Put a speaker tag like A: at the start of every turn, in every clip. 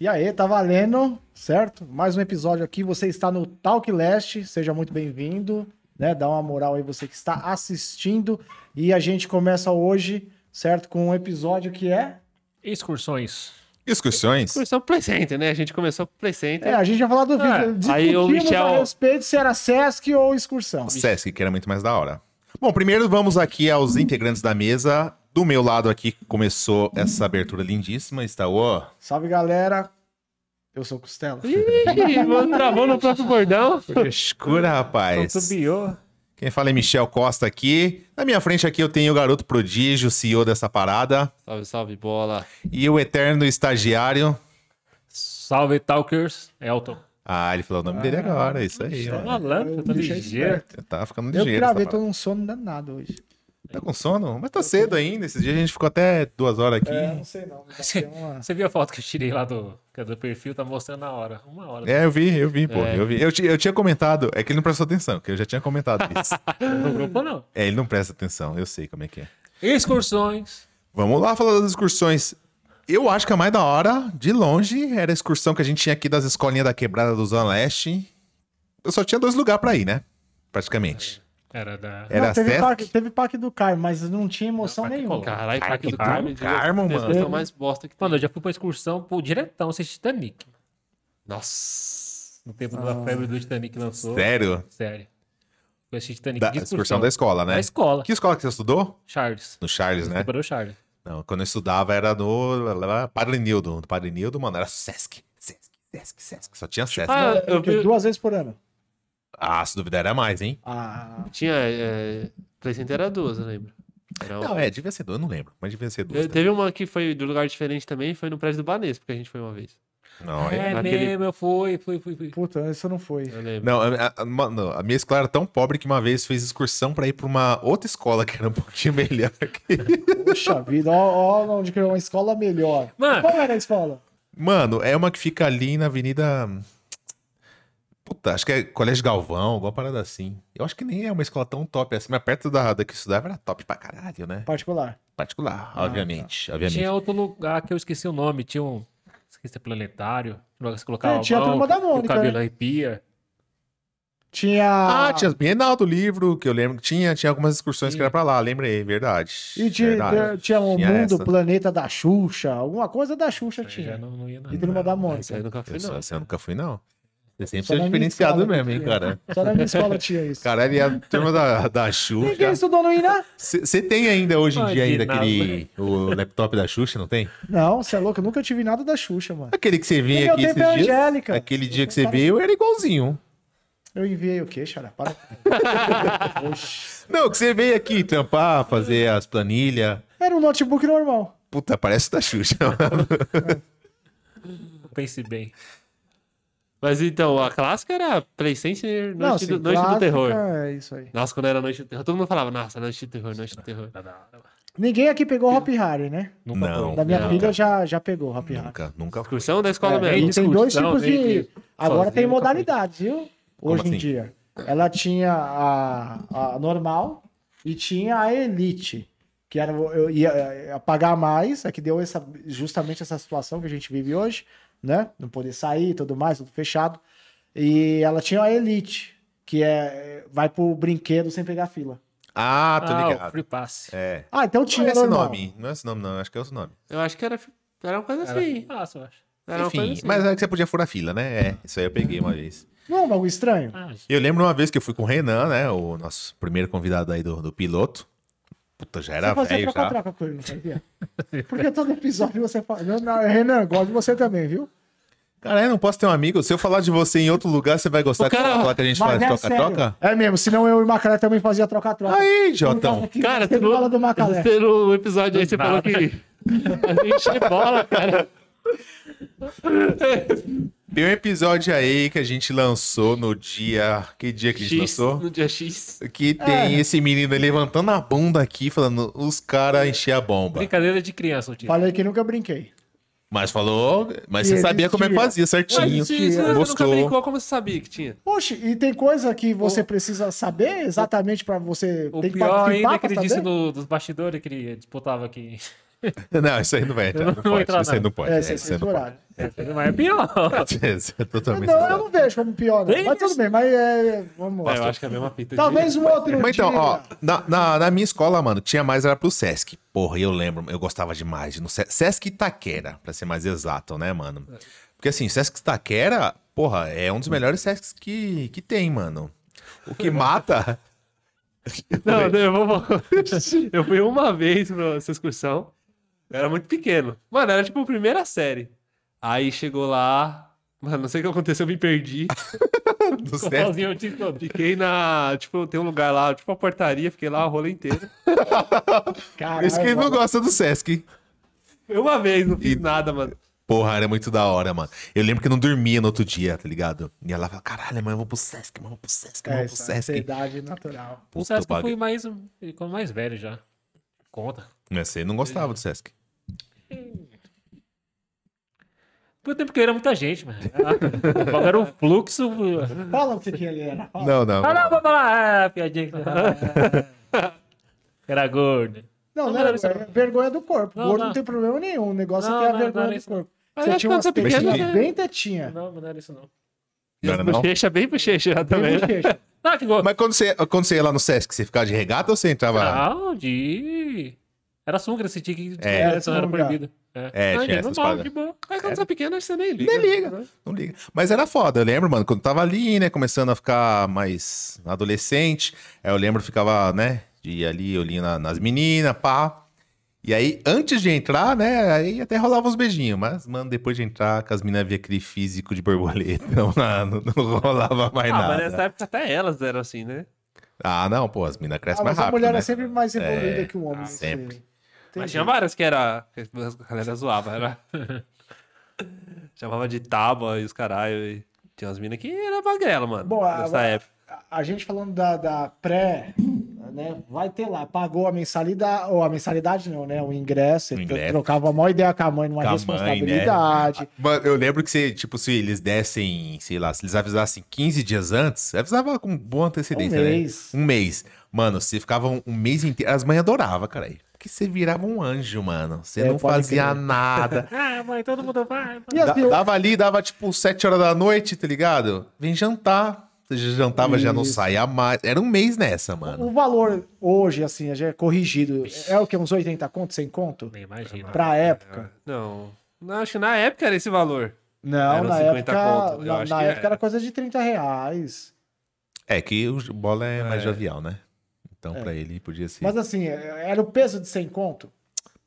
A: E aí, tá valendo, certo? Mais um episódio aqui. Você está no Talk Leste, seja muito bem-vindo, né? Dá uma moral aí você que está assistindo. E a gente começa hoje, certo? Com um episódio que é.
B: Excursões.
C: Excursões?
B: Excursão Play Center, né? A gente começou com Play Center.
A: É, a gente já falou do
B: Ah,
A: vídeo.
B: aí o
A: Discutimos
B: Michel-
A: a respeito se era Sesc ou excursão.
C: Sesc, que era muito mais da hora. Bom, primeiro vamos aqui aos integrantes da mesa. Do meu lado aqui começou essa abertura lindíssima, está o...
A: Salve, galera. Eu sou o Costela.
B: Ih, mano, travou no próprio bordão.
C: Frescura, rapaz.
B: Subiu.
C: Quem fala é Michel Costa aqui. Na minha frente aqui eu tenho o garoto prodígio, CEO dessa parada.
B: Salve, salve, bola.
C: E o eterno estagiário.
B: Salve, Talkers. Elton.
C: Ah, ele falou o nome dele agora, é isso aí. mano.
B: malandro, tá
A: O bicho é
B: ligeiro.
C: Tá ficando
A: Eu
C: ligeiro. essa
A: gravei, tô
C: parada.
A: num sono danado hoje.
C: Tá com sono? Mas tá cedo ainda. Esse dia a gente ficou até duas horas aqui.
A: É, não sei não. Bateu uma-
B: Você viu a foto que eu tirei lá do, que é do perfil? Tá mostrando na hora. Uma hora.
C: É, eu vi, eu vi, pô.
B: É.
C: Eu vi. Eu, ti- eu tinha comentado, é que ele não prestou atenção, que eu já tinha comentado isso.
B: Tá, No grupo, não.
C: é, ele não presta atenção, eu sei como é que é.
B: Excursões.
C: Vamos lá falar das excursões. Eu acho que a mais da hora, de longe, era a excursão que a gente tinha aqui das escolinhas da quebrada do Zona Leste. Eu só tinha dois lugares pra ir, né? Praticamente.
B: Era da...
C: Era
A: não, teve,
C: Sesc?
A: parque, teve parque do Caio, mas não tinha emoção
B: Parque-
A: nenhuma.
B: Caralho, Parque do
C: Carmo,
B: Carmo.
C: Carmo, mano.
B: É mais bosta que tem. Mano, eu já fui pra excursão pro Diretão assistir Titanic. Nossa. No tempo da febre do Titanic lançou.
C: Sério?
B: Sério. Fui assistir Titanic
C: Da
B: de
C: excursão da escola, né?
B: Da escola.
C: Que escola que você estudou?
B: Charles.
C: No Charles, né?
B: Superou Charles.
C: Não, quando eu estudava era no lá, lá, lá, Padre Nildo. No Padre Nildo, mano, era Sesc. Sesc, Sesc, Sesc. Só tinha Sesc.
B: Ah, eu
A: Porque
B: vi...
A: Duas vezes por ano.
C: Ah, se duvidar era mais, hein?
A: Ah,
D: Tinha. É, Play Center era duas, eu lembro. Era
C: Não,
D: uma-
C: é, devia ser duas, eu não lembro. Mas devia ser duas.
D: Eu- Teve uma que foi de um lugar diferente também, foi no prédio do Banes, porque a gente foi uma vez.
C: né? Não, é-
B: É
D: naquele-
B: mesmo, eu fui, fui, fui, fui.
A: puta, isso não foi.
D: Eu lembro.
C: Não, a, a- mano, a minha escola era tão pobre que uma vez fez excursão pra ir pra uma outra escola que era um pouquinho melhor.
A: Poxa vida, ó, ó onde criou uma escola melhor.
B: Mano,
A: Qual era a escola?
C: Mano, é uma que fica ali na Avenida. Puta, acho que é Colégio Galvão, alguma parada assim. Eu acho que nem é uma escola tão top assim, mas perto da, da que eu estudava era top pra caralho, né?
A: Particular.
C: Particular,
A: Ah,
C: obviamente, obviamente.
B: tinha outro lugar que eu esqueci o nome. Tinha um... Esqueci, é planetário. Um lugar que você colocava
A: É, tinha a
B: mão,
A: Turma da
B: que
A: Mônica, né?
B: o cabelo arrepia.
A: Tinha.
C: Ah, tinha as Bienal do livro, que eu lembro que tinha, tinha algumas excursões que era pra lá, lembrei, verdade.
A: E tinha,
C: verdade.
A: tinha o
C: Tinha
A: mundo,
C: essa.
A: planeta da Xuxa. Alguma coisa da Xuxa
B: Eu já
A: tinha.
B: não, não ia na...
A: E turma da Mônica.
D: Essa aí nunca fui,
C: É, Eu, só-
D: não.
C: assim, eu nunca fui, não. Você sempre
A: Só
C: foi
A: na minha
C: diferenciado
A: escola que
C: mesmo, hein,
A: tinha.
C: cara.
A: Só na minha escola tinha isso.
C: Caralho, e a turma da, da
A: Ninguém
C: Xuxa.
A: estudou no INA?
C: Você tem ainda hoje em dia ainda
B: Imaginava.
C: aquele o laptop da Xuxa, não tem?
A: Não, você é louco, eu nunca tive nada da Xuxa, mano.
C: Aquele que você
A: No
C: vinha
A: meu
C: aqui
A: tempo é
C: esses dias.
A: Angélica.
C: Aquele dia que você veio era igualzinho.
A: Eu enviei o quê, Xará? Para. Oxi.
C: Não, que você veio aqui trampar, fazer as planilhas.
A: Era um notebook normal.
C: Puta, parece da Xuxa. mano.
B: Pense bem.
D: Mas então, a clássica era Play Center, Noite,
A: Não,
D: do,
A: assim,
D: Noite do
A: clássica,
D: Terror.
A: É isso aí.
D: Nossa, quando era Noite do Terror, todo mundo falava, nossa, Noite do Terror, Noite do Terror.
A: Ninguém aqui pegou Hop Harry, né?
B: Nunca
C: Não.
A: Da minha
C: Não,
A: filha
C: cara.
A: já, já pegou Hop Harry.
C: Nunca, nunca.
D: Excursão da escola
A: É,
D: mesmo.
A: e tem dois
B: Discussão,
A: tipos de.
B: vem
A: Agora
B: sozinho,
A: tem
B: nunca
A: modalidade, viu? Hoje em
C: assim?
A: dia. Ela tinha a, a normal e tinha a elite. Que era eu ia, ia pagar mais, é que deu essa, justamente essa situação que a gente vive hoje, né? Não poder sair e tudo mais, tudo fechado. E ela tinha a elite, que é vai pro brinquedo sem pegar fila.
C: Ah,
D: Tá
C: tô
B: Ah, o
C: ligado.
B: Free Pass.
C: É.
A: Ah, então
C: Não
A: tinha
C: é esse
A: normal.
C: nome. Não é esse nome, não. Acho que é outro nome.
D: Eu acho que era, era uma coisa
B: Era Free
D: assim.
B: Pass, eu acho.
D: Era uma coisa
C: Enfim,
D: assim.
C: mas é que você podia furar fila, né? É, isso aí eu peguei uma vez.
A: Não é um bagulho estranho?
B: Ah,
C: Eu lembro uma vez que eu fui com o Renan, né? O nosso primeiro convidado aí do, do piloto. Puta, já era
A: você fazia
C: velho já.
A: troca-troca com ele, não fazia? Porque todo episódio você fala. Não, não, Renan, gosto de você também, viu?
C: Cara, eu não posso ter um amigo. Se eu falar de você em outro lugar, você vai gostar
D: O cara-
C: que, eu falar que a gente faz
A: é
C: troca-troca?
A: sério. É mesmo, senão eu e o Macaré também fazia troca-troca.
C: Aí,
A: Por causa
C: Jotão.
A: que
D: Cara,
A: você
D: tu não-
A: fala do Macaré.
D: Você no episódio aí,
B: Do
D: você falou
B: nada.
D: que. A gente é bola, cara.
C: Tem um episódio aí que a gente lançou no dia. Que dia que a gente
D: X,
C: lançou?
D: no dia X.
C: Que tem esse menino levantando a bunda aqui, falando os caras encher a bomba.
B: Brincadeira de criança, o tio.
A: Falei que nunca brinquei.
C: Mas falou. Mas
A: Que
C: você sabia
A: existia.
C: como é que fazia
A: assim,
C: certinho.
D: Mas se, se você nunca
C: Mostrou.
D: brincou, como você sabia que tinha?
A: Oxe, e tem coisa que você precisa saber exatamente pra você.
B: O
A: tem tá
B: pior ainda é que
A: pra
B: ele
A: saber?
B: disse no- dos bastidores que ele disputava aqui.
C: Não, isso aí não vai entrar.
B: Eu não
C: Não
B: vou
C: pode.
B: entrar,
C: Isso aí
B: não.
C: não pode.
A: É,
C: isso aí
A: sem
C: não pode.
A: horário.
B: Mas é pior.
C: Isso é totalmente
A: Não, um eu
C: censurado.
A: não vejo como pior, não.
B: É
A: Mas tudo
B: isso.
A: bem, mas é. Vamos
D: É, eu
A: lá.
D: acho que é a mesma fita.
A: Talvez um outro.
C: Mas então,
A: dia.
C: ó, na, na, na minha escola, mano, tinha mais era pro Sesc. Porra, eu lembro, eu gostava demais. No Se- Sesc Itaquera, pra ser mais exato, né, mano? Porque assim, Sesc Itaquera, porra, é um dos melhores Sescs que, que tem, mano. O que mata.
D: Não, não, eu vou. eu fui uma vez pra essa excursão. Eu era muito pequeno. Mano, era tipo a primeira série. Aí chegou lá. Mano, não sei o que aconteceu, eu me perdi.
C: do Sesc.
B: Sozinho eu tinha todo.
D: Fiquei na. Tipo, tem um lugar lá, tipo a portaria, fiquei lá o rolê inteiro.
C: Por isso que ele não gosta do Sesc.
D: Foi uma vez, não fiz
C: E-
D: nada, mano.
C: Porra, era muito da hora, mano. Eu lembro que eu não dormia no outro dia, tá ligado? Ia lá e falava, caralho, mano, eu vou pro Sesc, mano, eu vou pro Sesc, mano,
A: É,
C: eu vou pro Sesc.
A: ansiedade natural.
B: O
C: Puta,
B: Sesc eu fui
C: bagulho.
B: mais, ficou mais velho já. Conta.
C: Mas Você não gostava do Sesc.
B: Por tempo que era muita gente, mano. Era um fluxo. Ah,
A: Fala o que que ele era. fala.
C: Não, não.
B: não, vamos lá. Ah, piadinha. que- Ah. Era gordo.
A: Não,
B: Não,
A: não,
B: não,
A: era
B: isso
A: vergonha. é vergonha do corpo.
B: Não,
A: Gordo
B: não.
A: não. tem problema nenhum. O negócio
B: Não,
A: é ter
B: não,
A: a
B: não,
A: vergonha
B: não,
A: do
B: isso-
A: corpo.
D: Mas
A: Você
D: acho
A: tinha
D: que
A: umas
D: quando você é
A: tetinhas
B: né?
C: pequeno,
A: bem tetinha.
B: Não, mas não era isso não.
C: Não era, não?
D: Bochecha, bem bochecha já também.
A: Bem
C: É
D: né?
A: bochecha.
B: Ah, que gordo.
C: Mas quando você, quando você ia lá no Sesc, você ficava de regata ou você
D: Ah,
C: entrava?
B: Não, de... Era sunga esse tique.
C: É.
B: É, não era
A: Sunga.
B: proibido.
C: É,
B: Não,
C: tinha
B: não
C: essas
B: mal,
C: paradas.
B: de boa.
D: Aí quando você é pequeno, acho que você nem liga.
C: Nem liga. Não liga. Mas era foda, eu lembro, mano, quando tava ali, né, começando a ficar mais adolescente, aí eu lembro, ficava, né, de ir ali, eu li na- nas meninas, pá. E aí, antes de entrar, né, aí até rolava uns beijinhos, mas, mano, depois de entrar, que as meninas via aquele físico de borboleta, não, não, não rolava mais
D: Ah, mas
C: nada.
D: nessa época até elas eram assim, né?
C: Ah, não, pô, as meninas crescem
A: Ah,
C: mais
A: mas a
C: rápido,
A: mulher
C: né?
A: é sempre mais evoluída
C: É,
A: que o homem.
C: ah,
A: isso
C: sempre.
A: aí.
D: Mas
A: Entendi.
D: tinha várias que era. que A galera zoava, era. Chamava de tábua e os caralho. E tinha umas minas que era bagrela, mano.
A: Bom, a-
D: nessa
A: a-
D: época.
A: A- A gente falando da, da pré, né? Vai ter lá, pagou a mensalidade, ou a mensalidade não, né? O ingresso,
C: O
A: ele
C: ingresso.
A: trocava a maior ideia com a mãe numa
C: Com a mãe, né? Ah,
A: responsabilidade.
C: Mano, eu lembro que se, tipo, se eles dessem, sei lá, se eles avisassem 15 dias antes, avisava com boa antecedência,
A: Um
C: né?
A: mês.
C: Um mês. Mano, você ficava um, um mês inteiro. As mães adoravam, cara. Porque você virava um anjo, mano. Você
A: É,
C: não
A: pode
C: fazia
A: crer.
C: nada.
B: Ah, mãe, todo mundo vai. vai.
A: E as
C: Da-
A: miú-
C: dava ali, dava tipo 7 horas da noite, tá ligado? Vem jantar. Você já jantava, já não
A: Isso.
C: saía mais. Era um mês nessa, mano.
A: o valor hoje, assim, já é corrigido. É o que? Uns 80 conto, 100 conto?
B: Nem imagina.
A: Pra época?
D: Não. Não, acho que na época era esse valor.
A: Não,
D: Era uns
A: na
D: 50
A: época,
D: conto, eu
A: na,
D: acho
A: na
D: que
A: época
D: era.
A: era coisa de 30 reais.
C: É que o bola é, mais
D: É.
C: jovial, né? Então,
A: É.
C: pra ele podia ser.
A: Mas assim, era o peso de 100 conto?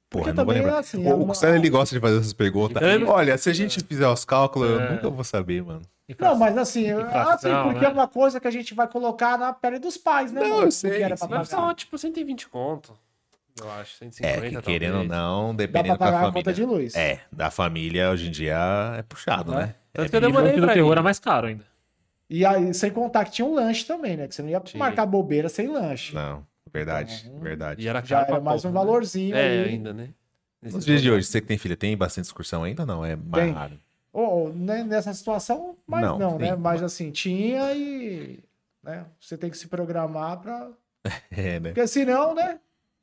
C: Porra,
A: porque
C: eu não vou
A: também é
C: lembrar.
A: assim,
C: o
A: é
C: o
A: uma-
C: Costela, ele gosta de fazer essas perguntas.
D: Ele-
C: Olha, se a gente fizer os cálculos,
B: É.
C: eu nunca vou saber, mano.
A: Não, mas assim,
B: Inflação,
A: assim porque
B: né?
A: é uma coisa que a gente vai colocar na pele dos pais, né?
C: Não,
A: mano?
C: eu
A: O que
C: sei,
A: era pra
C: sim.
D: Mas
A: pagar.
D: só tipo 120 conto. Eu acho. 150
C: É, que querendo ou
D: talvez.
C: não,
A: Dá pra
C: dependendo da
A: pagar a conta
C: família.
A: de luz.
C: É, da família hoje em dia é puxado,
A: É.
C: né?
D: Tanto
C: É
D: que eu
C: bem-
D: demorei
B: E o
D: pra
B: terror
D: ir.
B: era mais caro ainda.
A: E aí, sem contar que tinha um lanche também, né? Que você não ia marcar bobeira sem lanche.
C: Não,
A: Então,
C: verdade, verdade.
D: E era
A: Já
D: caro
A: era
D: pra
A: mais um
D: porra, né?
A: valorzinho
D: É,
A: aí.
D: ainda, né?
C: Nos dias de hoje, você que tem filha, tem bastante excursão ainda ou não? É mais
A: Tem.
C: raro.
A: Ou, né, nessa situação, mas
C: Não,
A: não, né?
C: sim.
A: Mas assim, tinha e. né, Você tem que se programar pra.
C: É, né?
A: Porque senão, né?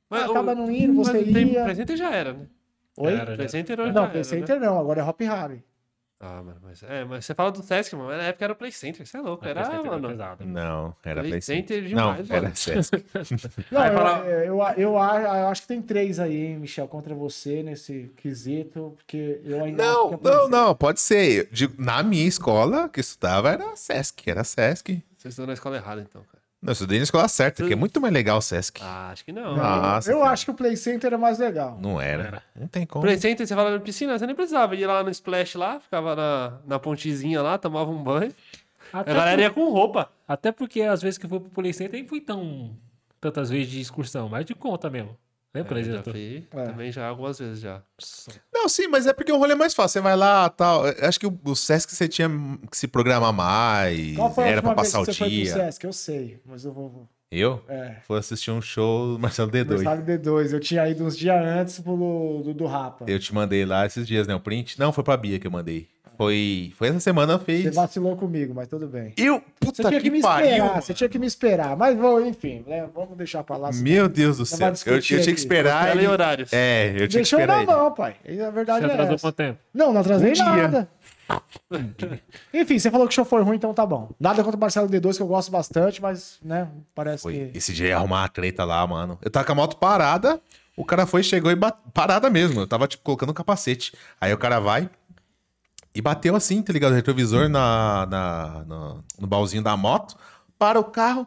D: Mas
A: acaba
D: o-
A: não indo,
D: Mas
A: você
D: o tem-
A: ia.
D: Presenter já era, né?
A: Oi?
B: Era, já.
D: Presenter hoje já
A: Não,
D: era,
A: Play
D: né?
A: Center não, agora é Hop Harry.
D: Ah, mano, mas, é, mas você fala do Sesc, mano. mas Na época era o Play Center, você é
B: Ah,
D: louco. Era, mano.
B: pesado.
C: Não, era
D: Play
C: Play
D: Center
A: é
C: Center. Não,
D: demais,
C: era
D: mano.
C: Sesc.
A: Não,
D: Aí
A: eu, é,
D: fala-
A: eu, eu, a- eu acho que tem três aí, hein, Michel, contra você nesse quesito, porque eu ainda. acho que
C: Não,
A: a Play
C: não,
A: Center-
C: não, pode ser. Eu digo, na minha escola, que eu estudava era Sesc, era Sesc.
D: Vocês estão na escola errada, então, cara.
C: Não, eu estudei na escola certa,
A: Hum.
C: que é muito mais legal o Sesc.
D: Ah, acho que não.
A: Não,
C: Ah.
D: Ah.
C: Nossa,
A: eu
C: cara.
A: acho que o Play Center é mais legal.
C: Não era. Não tem como.
D: Presente, você fala na piscina, você nem precisava. Ia lá no splash lá, ficava na, na pontezinha lá, tomava um banho. A
B: Até,
D: galera
B: por-
D: ia com roupa.
B: até porque às vezes que eu fui pro Policenter, nem fui tão tantas vezes de excursão, mas de conta mesmo. Lembra,
D: Eu já
B: Presidente?
D: fui
A: É.
D: também já algumas vezes já.
C: Não, sim, mas é porque o rolê é mais fácil. Você vai lá tal. Eu Acho que o, o Sesc você tinha que se programar mais.
A: Qual foi a
C: Era
A: última
C: pra
A: vez
C: passar
A: que
C: o
A: você foi pro
C: dia.
A: Sesc? Eu sei, mas eu vou.
C: Eu?
A: É. tá
C: Fui assistir um show do Marcelo D2.
A: Gustavo D2. Eu tinha ido uns dias antes pro do, do Rapa.
C: Eu te mandei lá esses dias, né? O print. Não, foi pra Bia que eu mandei. Foi, foi essa semana,
A: Você
C: fez.
A: vacilou comigo, mas tudo bem.
C: Eu,
A: Você
C: puta
A: tinha que,
C: que,
A: me
C: pariu.
A: esperar,
C: mano.
A: você tinha que me esperar. Mas bom, enfim, né? Vamos deixar pra lá.
C: Meu Deus do
A: assim. Você
C: céu.
A: vai
C: Eu, eu
A: discutir
C: tinha que
A: aqui.
C: esperar.
D: Ela
C: ele-
D: e horários.
C: É, eu tinha que
A: Deixou na
C: esperar. Ele.
A: mão, pai. E A verdade
B: Você
A: é
B: atrasou
A: essa.
B: quanto tempo?
A: Não, não atrasei
C: Um dia.
A: nada. Enfim, você falou que o show foi ruim, então tá bom. Nada contra o Marcelo D2, que eu gosto bastante, mas, né, parece
C: Foi.
A: que...
C: Esse dia ia arrumar uma treta lá, mano. Eu tava com a moto parada, o cara foi, chegou e bateu. Parada mesmo. Eu tava, tipo, colocando o capacete. Aí o cara vai e bateu assim, tá ligado? O retrovisor na, na- no, no baúzinho da moto. Para o carro.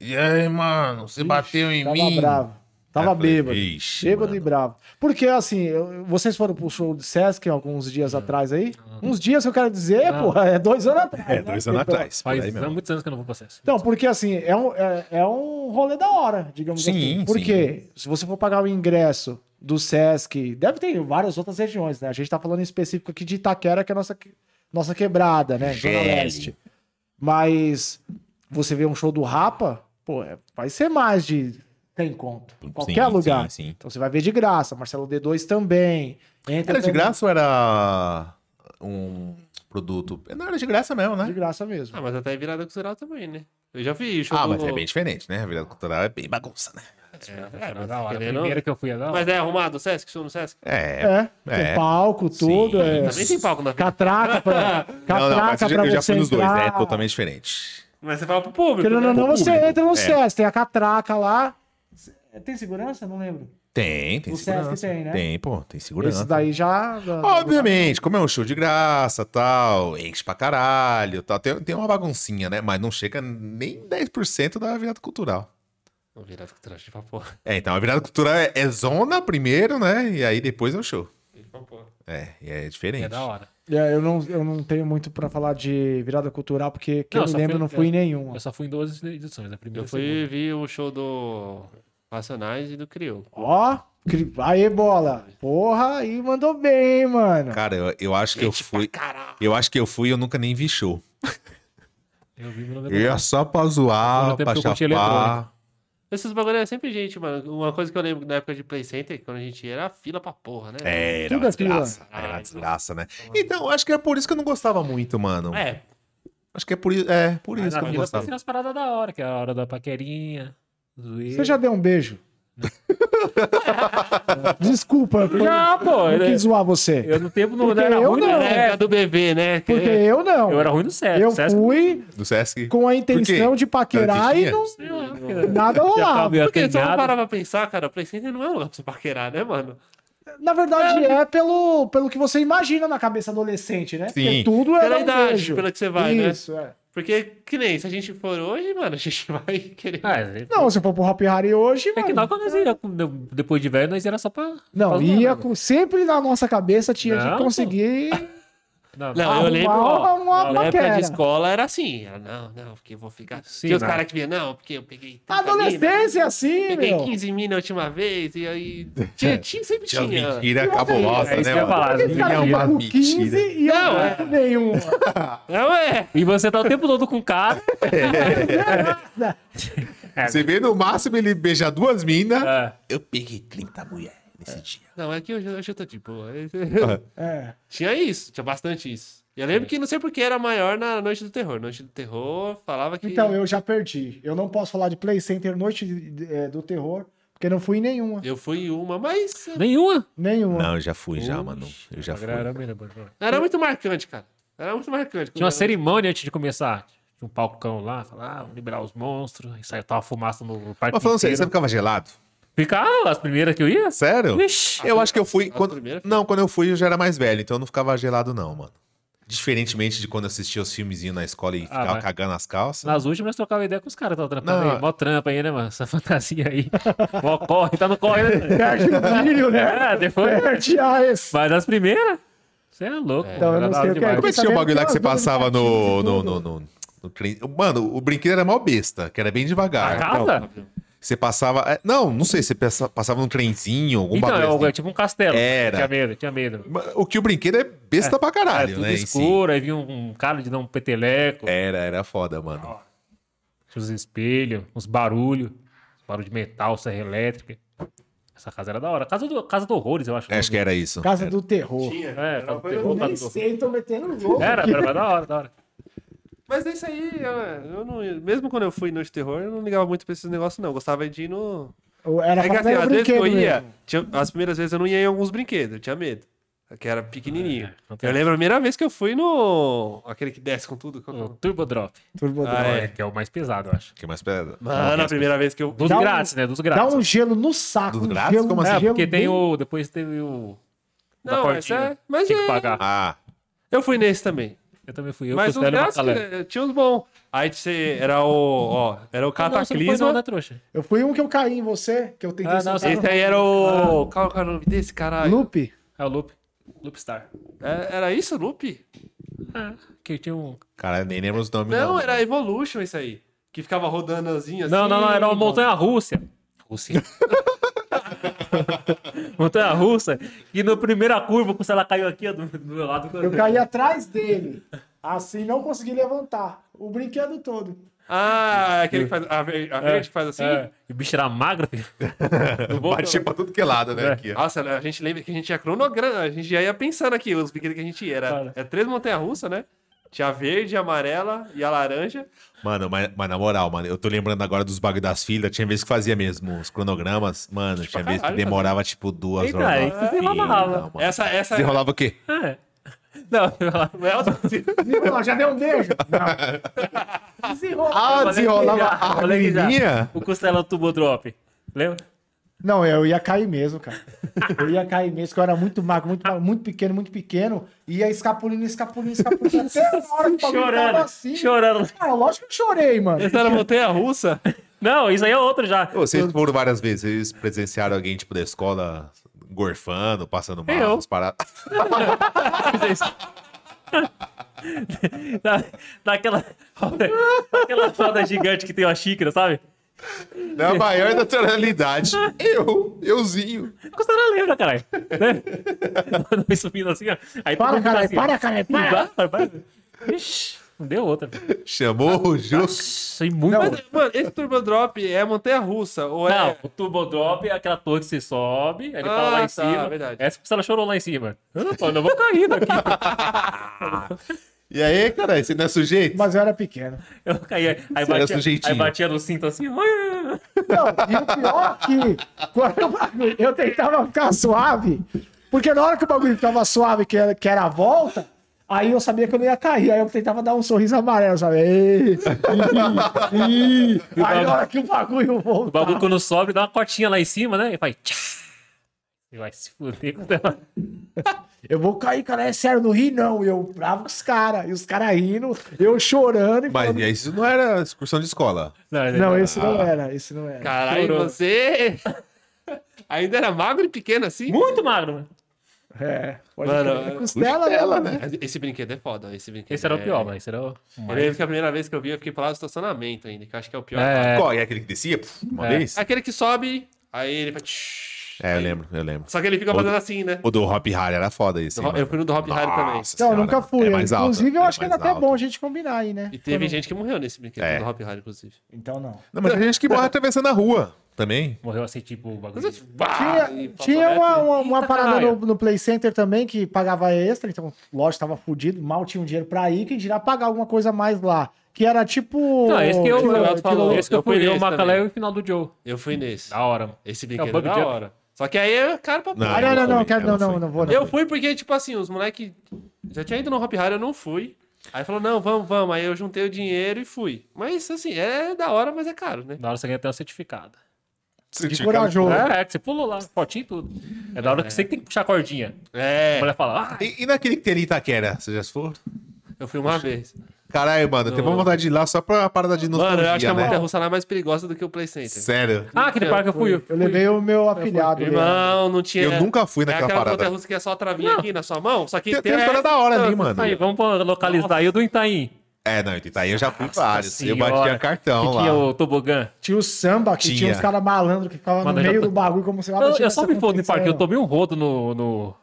C: E aí, mano, você bateu em
A: Tava
C: mim.
A: bravo. Tava
C: Aí eu falei,
A: bêbado.
C: "Ixi,
A: bêbado
C: mano."
A: e bravo. Porque, assim, eu- vocês foram pro show de Sesc alguns dias atrás aí? Uns dias que eu quero dizer,
B: Não.
A: porra, é dois anos atrás.
C: É,
A: né?
C: dois anos
A: Então,
C: atrás. por aí
B: Faz
C: mesmo.
B: muitos anos que eu não vou pro acesso.
A: Então, porque assim, é um, é, é um rolê da hora, digamos
C: Sim,
A: assim.
C: sim.
A: Porque se você for pagar o ingresso do Sesc, deve ter em várias outras regiões, né? A gente tá falando em específico aqui de Itaquera, que é a nossa, que- nossa quebrada, né? Zona
C: GL.
A: Leste. Mas você vê um show do Rapa, pô, é- vai ser mais de 100 conto.
C: Sim,
A: Qualquer
C: sim,
A: lugar.
C: sim.
A: Então você vai ver de graça. Marcelo D2 também. Entra
C: Era de
A: também.
C: graça ou era um produto? Não, era de graça mesmo,
A: De
C: né?
A: graça mesmo.
D: Ah, mas até virada cultural também, né? Eu já vi show
C: Ah,
D: do-
C: mas é bem diferente, né? A virada cultural é bem bagunça, né?
D: É, é,
B: Era
D: mas
B: da hora. A
D: querendo-
B: primeira que eu fui é da hora.
D: Mas é arrumado o Sesc, show no Sesc?
C: É.
A: É,
C: é.
A: tem palco, tudo.
C: Sim.
A: é.
D: Também tem palco na frente.
A: Catraca pra, catraca
C: não, não, mas eu já,
A: pra
C: eu já
A: você
C: fui nos dois,
A: entrar.
C: né? É totalmente diferente.
D: Mas você fala pro público.
A: Querendo ou
D: né?
A: não, você
C: público,
A: entra no
C: é.
A: SESC, tem a catraca lá. Tem segurança? Não lembro.
C: Tem, tem
A: O Sesc
C: segurança.
A: tem, né?
C: Tem, pô, tem segurança.
A: Esse daí já...
C: Obviamente, como é um show de graça, tal, enche pra caralho, tal, tem, tem uma baguncinha, né? Mas não chega nem 10% da virada cultural.
D: Não, Virada cultural, de pra porra.
C: É, então a virada cultural é, é zona primeiro, né? E aí depois é o show.
D: De pra porra.
C: É, e é diferente.
B: É da hora.
A: É, eu, não, eu não tenho muito pra falar de virada cultural, porque que
B: Não,
A: eu
B: só
A: lembro
B: foi-
A: não fui em
B: é.
A: nenhuma.
B: Eu só fui em duas edições. A primeira
D: Eu
B: e a
D: fui
B: segunda.
D: vi o show do Racionais e do Criou.
A: Ó, cri- aê, bola. Porra, aí mandou bem, hein, mano.
C: Cara, eu, eu acho que eu fui. Eu acho que eu fui e eu nunca nem vi show.
B: Eu vi no
C: Eu ia só pra
B: Foi
C: zoar,
B: no tempo
C: pra
B: que eu curti
C: chapar.
D: Esses bagulho é sempre gente, mano. Uma coisa que eu lembro na época de Play Center, quando a gente ia, era fila pra porra, né?
C: É, era
A: Tudo
C: uma
A: aquilo.
C: desgraça. Era uma desgraça, né? Então, acho que é por isso que eu não gostava muito, mano.
D: É,
C: Acho que é por, i- é, por
B: Mas
C: isso
B: na
C: que eu não
B: vida
C: gostava.
B: tem umas paradas da hora, que é a hora da paquerinha, zoeira.
A: Você já deu um beijo? Desculpa, eu
B: Já, pô.
A: não
B: Eu,
A: quis zoar você.
B: eu no tempo não,
A: Porque
B: não era
A: eu
B: ruim,
A: não.
B: não.
D: na época do bebê, né? Que-
A: Porque eu não.
B: Eu era um ruim no Sesc.
A: Eu
B: Sesc-
A: fui
C: Do Sesc.
A: com a intenção de paquerar e
C: tinha?
A: não,
D: Sei lá.
A: nada
B: Já tava
A: rolava.
B: meio
D: Porque se eu
B: acanhado.
D: parar pra pensar, cara, Play Center não é um lugar pra você paquerar, né, mano?
A: Na verdade, é pelo, pelo que você imagina na cabeça adolescente, né? Porque
C: Sim.
A: tudo é
D: Pela
A: um
D: idade,
A: beijo.
D: pela que você vai, né?
A: Isso, é.
D: Porque, que nem, se a gente for hoje, mano, a gente vai querer.
B: Ah, é-
A: Não, se eu for pro Hop Harry hoje,
B: é que
A: mano,
B: não, quando nós ia, quando- depois de velho, nós era só pra... pra
A: não,
B: zoar,
A: ia
B: né?
A: com- sempre na nossa cabeça tinha
B: Não,
A: de conseguir...
B: Não,
D: Não,
A: Arrumar
D: eu lembro, ó,
A: uma
D: na época
A: paquera.
D: de escola era assim. Era, não, não, porque eu vou ficar...
B: Sim,
D: Tinha os
B: mas-
D: caras que vinham, não, porque eu peguei...
A: A
D: tanta mina,
A: adolescência é assim,
D: Peguei
A: meu.
D: 15 mil na última vez, e aí... Tinha, tinha sempre
C: Tinha
D: tinha.
C: as mentiras
A: Tinha
C: cabulosas,
B: É isso que
C: né?
B: eu ia
C: mano?
B: falar, as
C: Tinha
A: Cara,
B: mentiras.
C: umas
A: fica com 15
C: mentiras.
A: e eu
D: Não,
A: não,
D: é.
A: com nenhum.
D: Não é?
B: E você tá o tempo todo com o cara.
C: Você vê no máximo ele beijar duas minas.
B: É.
C: Eu peguei 30 mulheres nesse dia.
D: Não, é que hoje, hoje eu tô de boa.
A: É.
D: Tinha isso, tinha bastante isso. E eu
B: É.
D: lembro que não sei porque era maior na Noite do Terror. Noite do Terror falava que.
A: Então, eu já perdi. Eu não posso falar de Play Center Noite eh, do Terror, porque não fui em nenhuma.
D: Eu fui em uma, mas. eh,
B: Nenhuma.
A: Nenhuma.
C: Não, eu já fui já, Ah, mano. Eu já fui.
B: Era melhor, mano.
D: Era muito marcante, cara. Era muito marcante.
B: Tinha uma cerimônia antes de começar. Tinha um palcão lá, falava, ah, vamos liberar os monstros. E saiu tava fumaça no parque
C: Mas falando sério, você
B: inteiro.
C: ficava gelado?
B: Ficava as primeiras que eu ia.
C: Sério?
B: Vixe.
C: Eu acho que eu fui.
D: As
C: Quando...
D: primeiras?
C: Não, quando eu fui eu já era mais velho, então eu não ficava gelado, não, mano. Diferentemente de quando eu assistia os filmezinhos na escola e ficava
B: Ah, mas-
C: cagando as calças.
B: Nas últimas trocava ideia com os caras, tava trampando
C: Não.
B: aí. Mó trampa aí, né, mano? Essa fantasia aí. Mó corre, tá no corre, né?
A: Perde o brilho, né?
B: É, depois.
A: Perde a esse.
B: Mas as primeiras. Você é louco.
A: Então, eu não
B: mano.
A: sei o que é
B: Demais.
C: Como é que
A: Sabendo
C: tinha o bagulho lá
A: que
C: que você
A: elas dão
C: passava
A: indicativos
C: no.
A: e
C: no,
A: tudo.
C: no, no, no trem? Mano, o brinquedo era mal besta, que era bem devagar.
B: A casa?
C: Você passava. é, Não, não sei, você passa- passava num trenzinho, algum
B: Então, é,
C: bagulho.
B: algo- é
C: assim.
B: tipo um castelo.
C: Era.
B: Tinha medo, tinha medo.
C: Mas O que o brinquedo é besta pra
B: Era
C: caralho,
B: tudo
C: né? em si.
B: escuro, aí vinha um, um cara de dar um peteleco,
C: Era, era foda, mano.
B: tinha os espelhos, uns barulhos, barulho de metal, serra elétrica. Essa casa era da hora. Casa do, casa do Horrores, eu acho.
C: Acho que é. era isso.
A: Casa do Terror.
D: Tinha.
B: É,
D: era
B: tava
D: uma coisa assim.
A: Eu
B: terror,
D: louca.
B: tava
A: nem
B: terror.
A: sei, tô metendo louco.
B: Era, era, era da hora, da hora.
D: Mas é isso aí, eu, eu não, mesmo quando eu fui no de terror, eu não ligava muito pra esses negócios, não. Eu gostava de ir no.
A: Era
D: É que
A: pra
D: assim,
A: fazer um
D: às vezes que
A: brinquedo
D: eu ia,
A: mesmo.
D: tinha- as primeiras vezes eu não ia em alguns brinquedos, eu tinha medo. Que era pequenininho.
B: É, não tem-
D: eu lembro a primeira vez que eu fui no. Aquele que desce com tudo. qual que é o
B: O
D: nome?
B: Um Turbo Drop.
A: Turbo
D: Ah,
A: Drop.
D: é.
B: É, que é o mais pesado, eu acho.
C: Que mais pedra.
D: Mano, a Ah, primeira vez que eu.
B: Dos
A: Dá um-
B: grátis, né? Dos
A: Dá
B: grátis.
A: um gelo no saco.
C: Dos
A: um
C: grátis?
A: gelo-
C: Como assim?
B: É,
A: gelo
B: porque tem
A: bem-
B: o. Depois teve o. da
D: Não, mas
B: portinha.
D: é. Mas
B: Tinha que
D: é-
B: pagar.
C: Ah,
D: Eu fui nesse também.
B: Eu também fui. Eu
D: mas os
B: considero uma
D: grátis
B: calé.
D: eh, tinha os bons. Aí você era o. Ó, era o
B: Ah, não, você não foi não,
D: Cataclisma.
B: né, trouxa?
A: Eu fui um que eu caí em você, que eu tentei
B: Ah, não,
A: soltar.
D: Esse aí era o. Qual qual era o nome desse caralho?
A: Lupe.
B: É o Loop. Loop Star.
D: É, Era isso, Loop?
B: Ah, que tinha um.
C: cara, nem lembro os nomes.
D: Não, era Evolution isso aí. Que ficava rodando assim.
B: Não, não, não, era uma
D: mano.
B: montanha russa. Rússia. montanha russa. E na primeira curva, quando ela caiu aqui ó, do, do meu lado.
A: Eu caí atrás dele. Assim, não consegui levantar. O brinquedo todo.
D: Ah, aquele que faz. A ver- a verde que faz assim.
B: É, e o bicho era magro, filho.
C: não. Batia pra tudo que é lado, né? Aqui, ó.
D: Nossa, a gente lembra que a gente ia cronograma, a gente já ia pensando aqui, os brinquedos que a gente ia. Era,
B: Cara.
D: é três montanhas-russas, né? Tinha a verde, a amarela e a laranja.
C: Mano, mas, mas na moral, mano, eu tô lembrando agora dos bagulho das filhas. Tinha vezes que fazia mesmo os cronogramas. Mano, tinha vezes que
D: caralho,
C: demorava, tipo, duas
B: Eita,
C: horas.
B: aí
C: na
B: que
C: fila,
B: desenrolava.
C: mano.
D: Essa, essa.
C: Desenrolava o quê?
B: É. Não, tipo eu falava,
D: Não é o
A: Viu? Ó, Já deu um beijo? Não. Desenrolou.
C: Ah, desenrolava
B: já,
C: a
B: falei que já.
C: menininha?
B: o Costela Tubo Drop. Lembra?
A: Não, eu ia cair mesmo, cara. Eu ia cair mesmo, que eu era muito magro, muito, magro, muito pequeno, muito pequeno. Ia escapulindo, escapulindo, escapulindo. Até a hora que o bagulho
B: Chorando.
A: tava assim.
B: Chorando.
A: Ah, lógico que eu chorei, mano.
D: Essa era a montanha russa.
B: Não, isso aí é outro já.
C: Ô, Vocês foram várias vezes, vocês presenciaram alguém, tipo, da escola gorfando, passando mal,
B: Eu.
C: umas paradas.
B: Na, naquela, roda- naquela roda gigante que tem uma xícara, sabe?
C: Na maior naturalidade. Eu, euzinho.
B: O Costela lembra, caralho. Né? Vai subindo assim, ó. Aí todo
A: Para,
B: mundo
A: caralho,
B: assim, ó.
A: para, caralho, para.
B: Para, para, para. Ixi, não deu outra. velho.
C: Chamou o Jus.
B: Isso aí muito.
A: Não,
B: Não,
D: Mano, esse Turbo Drop é montanha russa? Ou é.
B: o turbo drop é aquela torre que você sobe, aí ele
D: Ah,
B: para lá em
D: tá,
B: cima.
D: verdade.
B: Essa pessoa chorou lá em cima. Eu não, tô, eu não vou cair daqui.
C: E aí, cara, você não é sujeito?
A: Mas eu era pequeno.
B: Eu caí. Aí
C: Você era
B: batia,
C: sujeitinho.
B: aí batia no cinto assim. "Ai".
A: Não, e o pior é que quando o bagulho- eu tentava ficar suave, porque na hora que o bagulho ficava suave, que era, que era a volta, aí eu sabia que eu não ia cair. Aí eu tentava dar um sorriso amarelo, sabe? Ei, ih, ih. Aí na hora que o bagulho voltava...
B: O bagulho quando sobe, dá uma cotinha lá em cima, né? E vai. Tchá. E vai se fuder com ela.
A: Eu vou cair, cara, é sério, não ri não. E eu bravo com os caras. E os caras rindo, eu chorando. E
C: Mas é, né? Ah.
A: falando,
C: isso não era excursão de escola.
B: Não,
A: não, esse não era, esse não era.
D: Caralho,
B: Chorou.
D: você. Ainda era magro e pequeno assim?
B: Muito magro, mano.
A: É, pode
D: Mano,
A: crer. É costela,
C: costela,
A: né?
D: Esse brinquedo é foda. Esse brinquedo
B: Esse era o
D: é-
B: pior, mano. Esse era o.
D: Eu lembro que a primeira vez que eu vi, eu fiquei parado no estacionamento ainda, que eu acho que é o pior.
B: É,
C: Qual? É aquele que descia pf, uma
B: É.
C: vez?
D: Aquele que sobe, aí ele vai. tsh,
C: É, eu
D: aí-
C: lembro, eu lembro.
D: Só que ele fica fazendo assim, né?
C: O do Hop Harry era foda esse.
D: Do Hop- eu fui no do Hop Harry também. Não, eu
A: Não, eu nunca fui.
C: alto,
A: inclusive, eu
C: é
A: acho que era
C: mais
A: até
C: alto.
A: bom a gente combinar aí, né?
D: E teve gente que morreu nesse brinquedo
C: É.
D: do Hop Hard, inclusive.
A: Então não.
C: Não, mas tem gente que morre atravessando a rua também.
B: morreu assim, tipo, o bagulho.
D: Mas, bah, e
A: Tinha,
D: Papo
A: tinha
D: Reto,
A: uma, uma, uma
B: é Eita,
A: parada no,
B: caralho.
A: no Play Center também que pagava extra, então, lógico, tava fudido, mal tinha um dinheiro pra ir, quem dirá pagar alguma coisa a mais lá. Que era tipo.
B: Não, esse que eu.
A: aquilo-
D: o Renato
B: esse que eu-
D: falou.
B: esse que eu
D: Eu fui
B: fui eu,
D: nesse
B: o Macalé
D: também.
B: e o final do Joe.
D: Eu fui nesse.
B: Da hora, mano.
D: Esse brinquedo é
B: um- Bug
D: da
B: Jump.
D: hora. Só que aí é caro pra
A: Ah, não, não,
C: eu
A: não,
C: fui,
A: quero,
C: eu
A: não, não,
C: fui.
A: não vou não.
D: Eu fui porque, tipo assim, os moleques já tinha ido no Hop Hard, eu não fui. Aí falou, não, vamos, vamos. Aí eu juntei o dinheiro e fui. Mas, assim, é da hora, mas é caro, né?
B: Da hora você ganha até um certificado.
A: De
C: Senti-
A: corajoso.
B: É, é que você pulou lá, fotinho e tudo. É da hora que você que tem que puxar a cordinha.
D: É,
B: A mulher fala, ah,
C: E, e naquele que tem ali em Itaquera, você já for?
D: eu fui uma vez.
C: Caralho, mano, eu tenho vontade de ir lá só pra parada de nostalgia,
D: Mano, eu acho que a
C: né?
D: montanha-russa lá é mais perigosa do que o Play Center.
C: Sério.
B: ah, aquele parque eu fui.
A: Eu levei o meu afilhado. Leandro.
D: Irmão, não tinha.
C: Eu nunca fui naquela
D: é- aquela
C: parada.
D: montanha-russa que é só a travinha
B: Não.
D: aqui na sua mão, só que
C: Tem, tem uma história da hora ali, mano.
B: Aí, vamos pra localizar aí o do Itaim.
C: É, não, em Itaí eu já fui vários.
B: Nossa
C: Eu batia
B: senhora.
C: cartão
B: que tinha
C: lá.
B: o tobogã.
A: Tinha o samba, que tinha,
C: Tinha.
A: uns caras malandros que ficavam no
B: Mano, eu já
A: meio
B: tô-
A: do bagulho, como se lá
B: Eu,
A: não
B: eu só me
A: tivesse
B: fodo de parque, eu
A: acontecendo.
B: tomei um rodo no, no,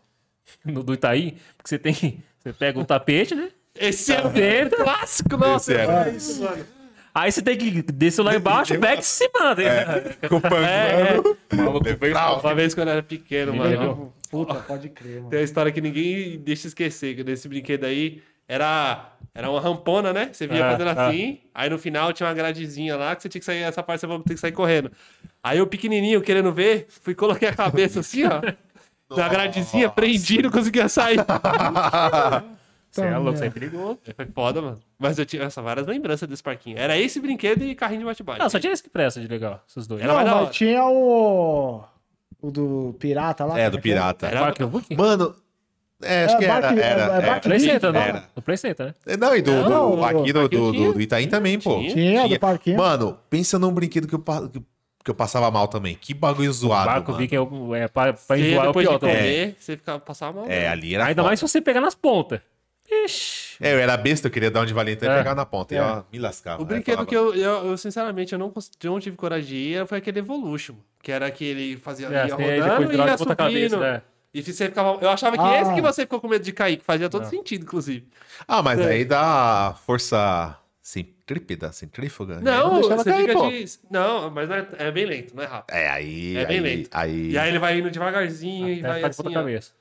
B: no do Itaim, porque você tem. Você pega o tapete, né?
D: Esse é o
B: Dentro.
D: clássico, nossa.
C: Tá.
A: Então,
C: Esse é, era.
D: isso, mano.
B: Aí você tem que descer lá embaixo, pega e se manda.
C: Com o punk,
B: É,
C: mano.
D: O maluco veio
C: Defraude.
D: uma vez quando eu era pequeno, mano.
A: Legal. Puta, Ah, pode crer, mano.
D: Tem uma história que ninguém deixa esquecer, que nesse brinquedo aí era, era uma rampona, né? Você vinha
B: Ah,
D: fazendo
B: ah.
D: assim, aí no final tinha uma gradezinha lá que você tinha que sair, essa parte você vai ter que sair correndo. Aí eu pequenininho, querendo ver, fui coloquei a cabeça assim, ó, na gradezinha, prendi, não conseguia sair.
B: Você é louco, você é
A: merda.
B: perigoso.
D: Foi foda, mano. Mas eu tinha nossa, várias lembranças desse parquinho. Era esse brinquedo e carrinho de bate-bate.
B: Não, só tinha esse que presta de legal, esses dois.
D: Era mais
A: Não,
D: da
A: mas
D: hora.
A: tinha o. O do pirata lá.
C: É,
A: como
C: do
A: que era?
C: pirata.
D: Era-
B: Parque Book?
C: Mano, é, acho
A: É,
C: que era.
A: Barclay-
C: era,
A: é, é
C: era.
A: Barclay-
B: Play Center, não?
C: Era.
B: O Play Center, né?
C: É, Não, e do, do-
A: Não,
C: aqui do,
D: aqui eu
C: do,
D: tinha.
C: do Itaim também, pô.
D: Tinha.
A: Tinha, do parquinho.
C: Mano, pensa num brinquedo que eu, pa- que que eu passava mal também. Que bagulho zoado.
B: Barco
C: mano.
B: Viking é, o- é pra, pra
D: Você ia
B: enjoar é o
D: depois
B: pior
D: de
B: também.
D: comer, você ficava, passava mal.
C: É,
D: né?
C: ali era.
B: Ainda
C: foda.
B: mais se você pegar nas pontas. Ixi.
C: É, eu era besta, eu queria dar um de valentão e
B: É.
C: pegar na ponta. E
A: É.
C: ó, me lascava.
D: O
C: né?
D: brinquedo
C: Falava,
D: que eu, eu, eu, sinceramente, eu não, cons- não tive coragem de ir foi aquele Evolution. Que era que ele fazia
B: É,
D: ia
B: tem aí
D: rodando
B: depois
D: e
B: virar
D: ia
B: de ponta cabeça,
D: subindo.
B: né?
D: E você ficava. Eu achava que
A: Ah.
D: esse que você ficou com medo de cair, que fazia todo
B: Não.
D: sentido, inclusive.
C: Ah,
D: É.
C: mas aí dá força centrípeda, centrífuga.
D: Não,
C: Aí deixava
D: você
C: cair,
D: fica
C: pô.
D: de. Não, mas não é, é bem lento, não é rápido.
C: É, aí.
D: É bem
C: aí,
D: lento.
C: Aí,
D: E aí ele vai indo devagarzinho e
B: Até
D: vai
B: É, ficar de
D: assim.
B: ponta
D: ó.
B: cabeça.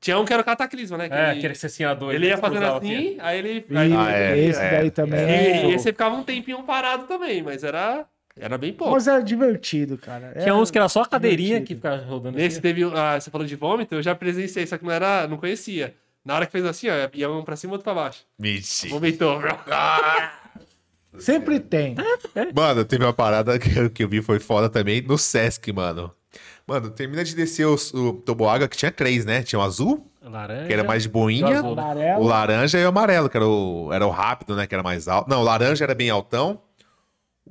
D: Tinha um que era o cataclisma, né? que
B: É,
D: ele-
B: aquele que você assim, a dois.
D: Ele ia fazendo
B: cruzava
D: assim, aí ele.
A: Ih,
D: Aí,
C: Ah, é,
A: esse
C: é,
A: daí também. É,
D: e, e você ficava um tempinho parado também, mas era, era bem pouco.
A: Mas era divertido, cara. É,
B: Tinha uns que era só a cadeirinha
A: divertido.
B: que ficava rodando.
D: Nesse
B: Assim.
D: teve. Ah, você falou de vômito, eu já presenciei, só que não era. não conhecia. Na hora que fez assim, ó, ia um pra cima e outro pra baixo.
C: Mentira.
D: Vomitou, bro.
A: Sempre tem.
C: Mano, teve uma parada que eu, que eu vi foi foda também no Sesc, mano. Mano, termina de descer o, o toboágua, que tinha três, né? Tinha o azul,
B: Laranja.
C: que era mais de
B: E o
C: boinha,
B: azul.
C: o
A: Amarelo.
C: laranja e o amarelo, que era o, era o rápido, né? Que era mais alto. Não, o laranja era bem altão,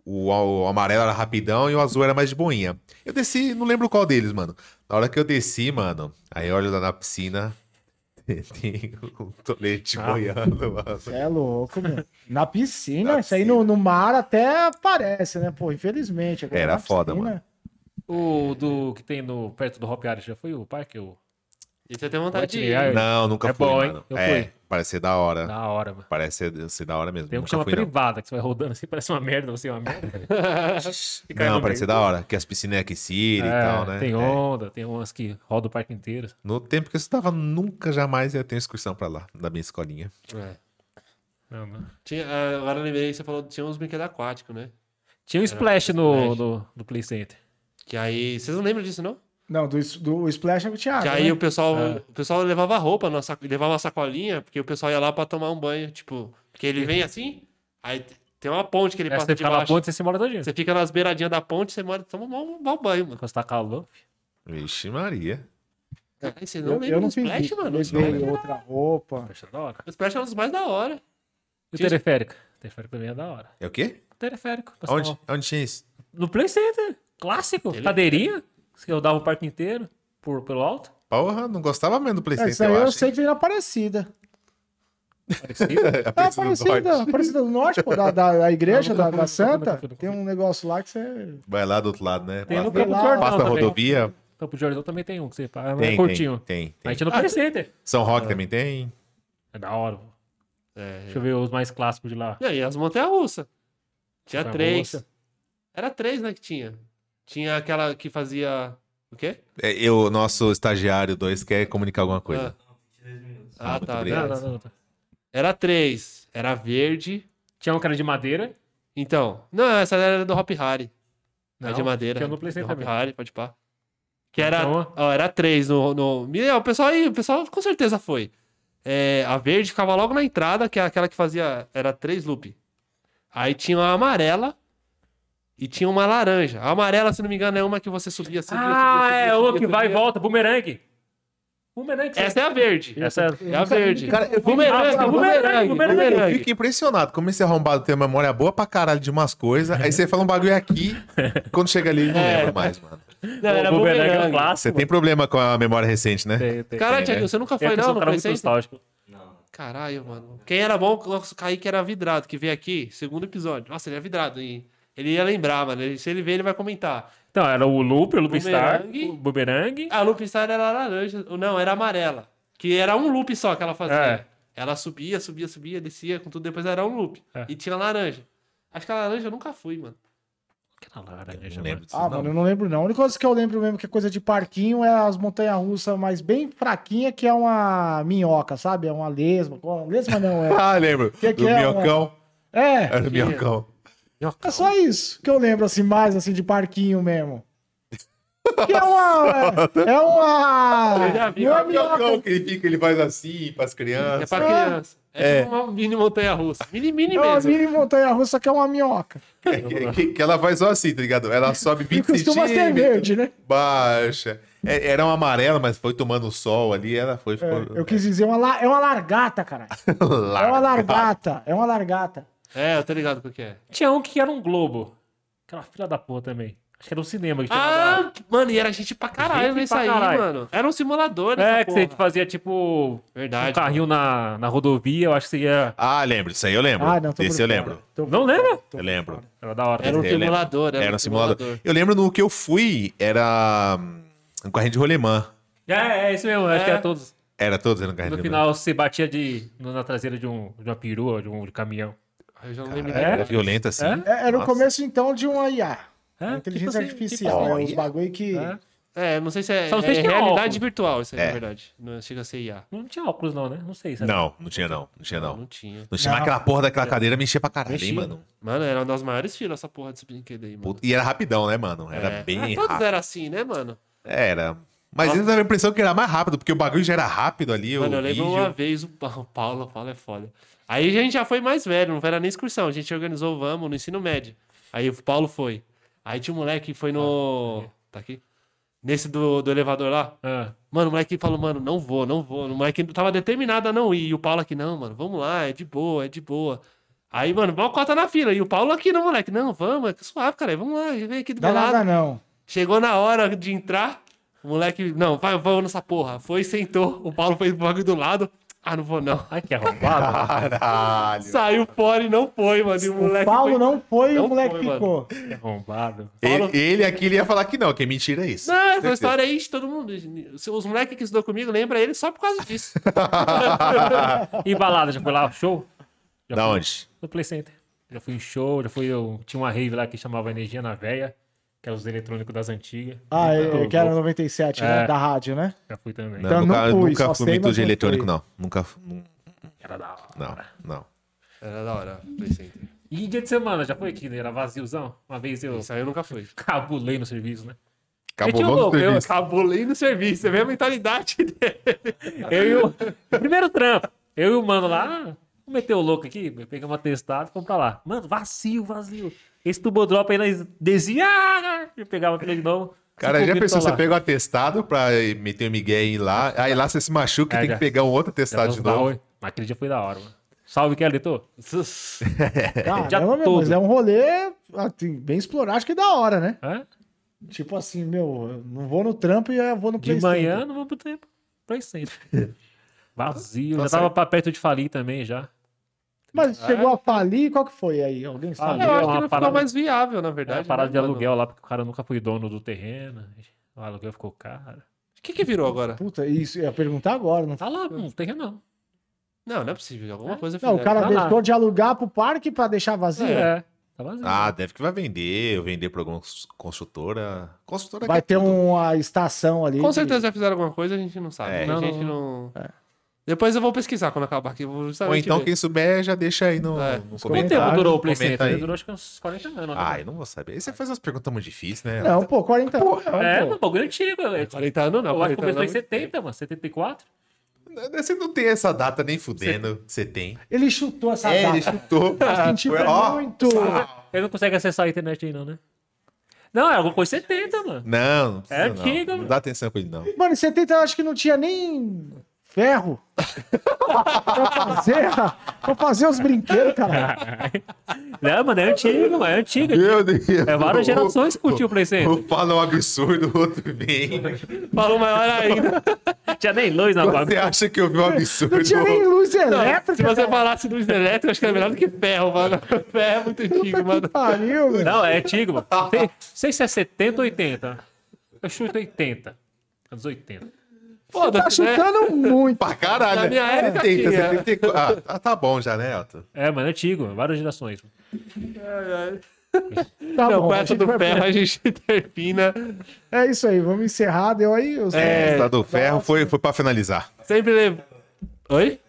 C: o, o amarelo era rapidão e o azul era mais de boinha. Eu desci, não lembro qual deles, mano. Na hora que eu desci, mano, aí eu olho lá na piscina, tem um tolete
B: Ah.
C: boiando, mano.
A: Cê é louco, meu. Na piscina,
C: Na
A: isso aí no, no mar até aparece, né? Pô, infelizmente. Agora
C: Era
A: na
C: foda,
A: piscina-
C: mano.
B: O do que tem no, perto do Hop Art já foi o parque? O...
D: E você tem vontade de ir.
B: Vai tirar,
C: Não, nunca
B: É
C: fui,
B: bom, hein?
C: mano.
B: Eu
C: é,
B: fui.
C: parece ser da hora.
B: Da hora, mano.
C: Parece ser, ser da hora mesmo.
B: Tem um que
C: Nunca
B: chama
C: fui, não.
B: privada, que você vai rodando assim, parece uma merda, você é uma merda. e cai
C: Não,
B: no
C: parece ser
B: meio.
C: da hora. Que as piscinas é aquecidas e
B: É,
C: tal, né?
B: Tem
C: É.
B: onda, tem umas que roda o parque inteiro.
C: No tempo que eu estudava, nunca jamais ia ter uma excursão pra lá, da minha escolinha.
D: É.
B: Não, não.
D: Tinha, ah, agora eu lembrei, você falou que tinha uns brinquedos aquáticos, né?
B: Tinha um
D: Era
B: splash
D: um
B: no,
D: splash.
B: no, no Play Center.
D: Que aí. Vocês não lembram disso, não?
A: Não, do, es- do Splash é o Thiago.
D: que aí o pessoal.
B: Ah.
D: O pessoal levava roupa, na saco- levava uma sacolinha, porque o pessoal ia lá pra tomar um banho. Tipo, porque ele vem assim, aí t- tem uma ponte
A: É,
D: que ele
B: Aí
D: passa
B: você
D: de
B: fica na
D: baixo.
B: ponte, você se mora todinho.
D: Você fica nas beiradinhas da ponte, você mora, toma um mau banho, mano.
B: Quando tá calor.
C: Vixe, Maria.
D: Aí você não
A: Eu,
D: lembra
A: eu
D: do
A: não fiz
D: Splash,
A: isso.
D: mano?
A: Levei outra roupa.
B: Poxa, da hora.
D: O Splash é um dos mais da hora.
B: E o
D: Tinha-
B: teleférico? O teleférico também é da hora.
C: É o quê?
B: O teleférico. passava-
C: Onde? Onde tinha isso?
B: No Play Center. Clássico.
D: Teleférico.
B: Cadeirinha. Que eu dava o parque inteiro por, pelo alto.
C: Porra, não gostava mesmo do
A: É,
C: PlayStation,
A: isso aí eu,
C: eu acho.
A: sei que veio na Aparecida. É,
C: É a Princesa do
A: Aparecida,
C: Norte.
A: Aparecida do Norte, pô, da, da, da igreja,
B: Eu
A: da,
B: nunca
A: da
B: fui, nunca fui, nunca
A: Santa.
B: fui, nunca
A: Tem
B: fui.
A: um negócio lá que você.
C: Vai lá do outro lado, né?
B: Tem no
C: Passa,
A: Play
B: Campo
A: lá,
B: Jordão
C: passa a
B: também.
C: rodovia.
B: Campo Jordão também tem um que você paga, mas é
C: Tem,
B: curtinho.
C: tem, tem,
B: Mas
C: tem.
B: tinha no
D: Ah,
B: Play Center.
C: São Roque também tem.
B: É da hora. pô.
D: É.
B: Deixa eu ver os mais clássicos de lá.
D: E aí, as montanhas russas. Tinha
B: Montanha
D: três.
B: russa.
D: Era três, né, que tinha. Tinha aquela que fazia. O quê?
C: É, e o nosso estagiário 2 quer comunicar alguma coisa.
D: Ah,
C: Ah,
D: tá.
C: muito
B: Não,
D: beleza.
B: não, não, não.
D: Era três. Era verde.
B: Tinha um cara de madeira.
D: Então. Não, essa era do Hop Harry.
B: um Não,
D: é de madeira.
B: tinha no Play
D: do
B: Center
D: Hop
B: também.
D: Harry, pode pá. Que era.
B: Então-
D: ó, era três no. no... E, ó, o pessoal aí, o pessoal com certeza foi. É, a verde ficava logo na entrada, que é aquela que fazia. Era três loop. Aí tinha uma amarela. E tinha uma laranja. A amarela, se não me engano, é uma que você subia, subia, subia,
B: Ah,
D: subia,
B: é
D: subia,
B: o que vai e
D: subia.
B: volta. Bumerangue. Bumerangue.
D: Essa é a verde.
B: Essa é-
D: É a verde.
C: Cara, eu fico,
B: Ah, tá,
D: Bumerangue, bumerangue,
B: bumerangue, bumerangue.
C: eu
D: bumerangue.
C: fico impressionado. Como esse arrombado tem uma memória boa pra caralho de umas coisas. Aí você fala um bagulho aqui, quando chega ali, ele não
D: É.
C: lembra mais, mano.
D: Não, era
B: o bumerangue é um
D: bumerangue.
B: clássico.
C: Você tem problema com a memória recente, né?
B: Tem, tem.
D: Caralho,
C: Tem,
D: Thiago,
C: né?
D: você nunca
B: Eu
D: foi
B: que sou
D: não
B: um
D: no
B: cara muito
D: PlayStation?
B: nostálgico.
D: Caralho, mano. Quem era bom, nossa, o Kaique era vidrado, que veio aqui, segundo episódio. Nossa, ele é vidrado. E ele ia lembrar, mano. Ele- Se ele ver, ele vai comentar.
B: Então, era o Loop, o Loop Star,
D: Bumerangue.
B: o Bumerangue. Ah,
D: A Loop Star era laranja. ou Não, era amarela. Que era um loop só que ela fazia.
B: É.
D: Ela subia, subia, subia, descia com tudo. Depois era um loop.
B: É.
D: E tinha laranja. Acho que a laranja eu nunca fui, mano.
E: Aquela
C: Eu
E: laranja,
C: não
E: mano.
C: lembro disso,
A: Ah,
C: não.
A: mano, eu não lembro não. A única coisa que eu lembro mesmo que é coisa de parquinho é as montanhas russas, mas bem fraquinha, que é uma minhoca, sabe? É uma lesma. Qual- Lesma não, é.
C: Ah, lembro.
A: Que que
C: do
A: é,
C: minhocão.
A: É,
C: Era o minhocão.
A: é só isso que eu lembro, assim, mais assim, de parquinho mesmo. Que é uma. É uma.
D: Eu já vi,
A: não é
D: é
A: minhoca.
C: que ele fica, ele faz assim pras
D: É
C: crianças.
D: pra criança. É, tipo uma mini montanha russa. Mini, mini
A: É uma
D: mesmo.
A: mini montanha russa que é uma minhoca.
C: É que, que- que ela faz só assim, tá ligado? Ela sobe
A: E
C: 20
A: costuma ser
C: centímetros,
A: verde, né?
C: baixa. É- era um amarelo, mas foi tomando sol ali, ela foi...
A: É,
C: Ficou...
A: eu quis dizer, uma la- é uma largata, cara. É uma largata. É uma largata.
D: É, eu tô ligado o que é.
B: Tinha um que era um globo. Aquela filha da porra também. Acho que era um cinema que tinha lá.
D: Ah, mano, e era gente pra caralho
B: Gente
D: nesse
B: pra
D: aí,
B: caralho.
D: mano. Era um simulador,
B: É, que
D: essa porra.
B: você fazia tipo um
D: Verdade.
B: carrinho na, na rodovia, eu acho que você ia.
C: Ah, lembro, isso aí eu lembro.
A: Ah, não, tô É por
C: Esse eu
A: fora.
C: lembro.
A: Tô por
B: Não
A: fora, tô
B: lembra?
C: Eu
A: por
C: lembro.
A: fora.
B: Era da hora.
D: Era um
C: Eu lembro.
D: simulador,
C: Era um simulador. Eu lembro no que eu fui, era hum, um carrinho de rolemã.
B: É, é isso mesmo, acho
D: É.
B: que era todos.
C: Era todos eram carrinho
B: No
C: de rolemã.
B: final você batia de, no- na traseira de, um, de uma perua, de um, de um caminhão.
D: Eu já não lembro.
B: É?
C: Era violento assim.
B: É?
A: né? É, era o
C: Nossa.
A: começo, então, de uma IA.
B: É,
A: Uma inteligência
B: tipo assim,
A: artificial.
C: tipo assim.
A: é, os bagulho que.
B: É.
D: É, não sei se é,
B: Só não sei
D: é
B: se tinha
D: realidade
B: óculos.
D: virtual, isso aí,
C: É.
D: na verdade. Não chega a ser IA.
B: Não tinha óculos, não, né? Não sei. sabe?
C: Não, não tinha não, não tinha não.
D: Não tinha.
C: Não tinha mas aquela porra daquela cadeira, me enchia pra caralho, hein,
B: Mexia,
C: mano.
D: Mano, era uma das maiores filas essa porra desse brinquedo aí, mano.
C: Puta- E era rapidão, né, mano? Era
D: É. Ah,
C: bem
D: todos
C: rápido.
D: eram assim, né, mano?
C: Era. Mas eles davam a impressão que era mais rápido, porque o bagulho já era rápido ali,
D: Mano,
C: o
D: eu lembro
C: vídeo.
D: uma vez o Pa- o Paulo, o Paulo é foda. Aí a gente já foi mais velho, não era nem excursão. A gente organizou o Vamos no ensino médio. Aí o Paulo foi. Aí tinha um moleque que foi no.
C: Ah.
D: Tá aqui? Nesse do, do elevador lá.
B: Ah,
D: Mano, o moleque falou, mano, não vou, não vou. O moleque tava determinado a não ir. E o Paulo aqui, não, mano, vamos lá, é de boa, é de boa. Aí, mano, mó cota na fila. E o Paulo aqui, no moleque, não, vamos, é suave, cara, vamos lá, vem aqui do
A: Dá
D: meu lado.
A: nada, não.
D: Chegou na hora de entrar, o moleque, não, vai, vamos nessa porra. Foi, sentou, o Paulo foi pro bagulho do lado. Ah, não vou não.
B: ai que arrombado.
C: Caralho.
D: Saiu fora e não foi, mano. E o moleque
A: O Paulo
D: foi...
A: não foi e o
D: Não
A: moleque
D: foi, mano.
A: ficou.
B: que arrombado.
C: Ele, ele aqui ele ia falar que não, que é mentira isso.
D: Não, essa história aí de todo mundo. Os moleques que estudou comigo lembram ele só por causa disso.
B: E balada, já foi lá, show? Já
C: Da
B: fui
C: onde?
B: No Play Center. Já fui em show, já fui. Eu, tinha uma rave lá que chamava Energia na Véia, que era os eletrônicos das antigas.
A: Ah,
B: Então,
A: é, que era 97, né?
B: É.
A: Da rádio, né?
B: Já fui também.
C: Não,
A: Então,
C: nunca
A: não fui, só
C: nunca fui
A: sei,
C: muito
A: mas
C: de
A: não
C: eletrônico,
A: fui.
C: não. Nunca. fu- nu-
B: Era da hora.
C: Não, não.
D: Era da hora, Play Center.
B: E dia de semana, já foi aqui, né? Era vaziozão. Uma vez eu
D: Isso aí eu nunca fui.
B: cabulei no serviço, né?
C: Acabou
B: tinha um
C: logo o
B: louco, eu-
C: serviço.
D: Cabulei no serviço, você vê a mentalidade dele.
B: Eu e o. Primeiro trampo. Eu e o mano lá. ah, Vamos meter o louco aqui. Pegamos atestado e fomos pra lá. Mano, vazio, vazio. Esse tubo drop aí nós descia. ah, Eu pegava aquilo de novo.
C: Cara, já pensou, você
B: pegar
C: pega o atestado pra meter o Miguel e ir lá, aí lá você se machuca e
B: É,
C: tem
B: já.
C: que pegar um outro atestado de novo.
B: Mas aquele dia foi da hora, mano. Salve, Kelito. Já
A: Caramba, meu,
B: todo.
A: mas é um rolê assim, bem explorado, acho que é da hora, né?
B: Hã?
A: Tipo assim, meu, eu não vou no trampo e eu vou no
C: um
B: De
A: Play Center.
B: manhã não vamos pro tempo. Play Center. Vazio.
C: Nossa,
B: já tava pra perto de falir também já.
A: Mas chegou a falir, qual que foi aí? Alguém sabe?
B: Ah,
D: Eu
B: uma
D: acho que não
B: parada-
D: ficou mais viável, na
B: Era
D: verdade.
B: parada
D: né,
B: de
D: mano?
B: aluguel lá, porque o cara nunca foi dono do terreno. O aluguel ficou caro.
D: O que, que virou agora?
A: Puta, isso, eu ia perguntar agora. Não,
B: Tá lá, não terreno não.
D: Não, não é possível. Alguma coisa
A: não o
D: fizeram.
A: cara
B: tá lá.
A: deixou de alugar pro parque pra deixar vazio?
B: É. Tá vazio.
C: Ah, deve que vai vender, ou vender pra alguma cons- consultora. Consultora
A: Vai
C: quer
A: ter um
C: tudo.
A: uma estação ali.
D: Com
A: de-
D: certeza já fizeram alguma coisa, a gente não sabe.
C: É.
D: a gente não. Depois eu vou pesquisar quando acabar aqui. Vou
C: Ou
D: justamente
C: então
D: ver.
C: quem souber já deixa aí no,
D: É.
C: no
B: Quanto tempo
C: comentário.
B: durou o Play
C: comenta
B: Center?
C: aí.
B: Durou um acho que uns 40 anos. né?
C: Ah, eu não vou saber. Aí você faz umas perguntas muito difíceis, né?
A: Não, pô, 40 anos. não,
D: tá
B: É,
A: pô.
B: não, bagulho antigo. Eu, eu,
D: 40 anos tá, não.
B: eu acho que
D: 40 anos
B: começou em
D: não.
B: 70, mano. 74?
C: Você não tem essa data nem fudendo que você tem.
A: Ele chutou essa
C: É,
A: data.
C: ele chutou.
A: Sentiu
C: Foi, ó.
A: muito.
B: Ele não consegue acessar a internet aí, não, né? Não, é alguma coisa em 70, mano.
C: Não, não precisa,
B: É
C: não.
B: antigo,
C: Não
B: mano.
C: dá atenção com ele, não.
A: Mano, em 70 eu acho que não tinha nem ferro. pra, fazer, pra fazer os brinquedos, cara.
B: Não, mano, é antigo, mano. É antigo.
C: Meu Deus.
B: É várias gerações que curtiu o Play Center.
C: Um fala um absurdo, o outro vem.
D: Falou maior ainda.
B: Tinha nem luz na
C: Você acha que eu vi um absurdo?
A: Não tinha nem luz
D: Se
A: elétrica.
D: você falasse luz elétrica, eu acho que era melhor do que ferro, mano. Ferro é muito antigo,
A: Puta que
D: mano.
A: Tá pariu, velho.
B: Não, é antigo, mano. Não sei- Não sei se é 70 ou 80. Eu chuto 80. Anos 80.
A: Tá
D: Foda-se, né?
A: chutando muito.
C: Pra caralho.
D: Na minha
C: né?
D: época
C: 70,
D: tinha.
C: 74. Ah, tá- tá bom já, né, Elton?
F: É, mano, é antigo, várias gerações.
A: Tá
D: Não,
A: bom,
D: com
A: a
D: essa
A: gente
D: do
A: vai-
D: ferro a gente termina.
A: É isso aí, vamos encerrar. Deu aí os.
D: É,
C: Tá do ferro, foi, foi pra finalizar.
D: Sempre lembra. Oi?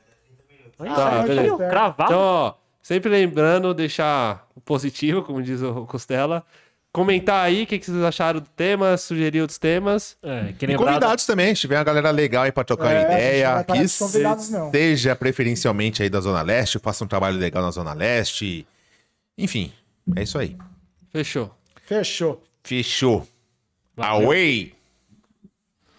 A: Ah,
D: tá,
A: tá
D: beleza.
A: certo.
F: Cravado.
D: Então, ó, sempre lembrando, deixar o positivo, como diz o Costela. Comentar aí o que, que vocês acharam do tema, sugerir outros temas.
F: É, que
C: E
F: lembrado.
C: convidados também, se tiver uma galera legal aí pra trocar
A: É, a
C: uma
A: gente
C: ideia.
A: não vai parar
C: que
A: de convidados, não.
C: seja preferencialmente aí da Zona Leste, faça um trabalho legal na Zona Leste. Enfim, é isso aí.
D: Fechou.
A: Fechou.
C: Fechou. Away!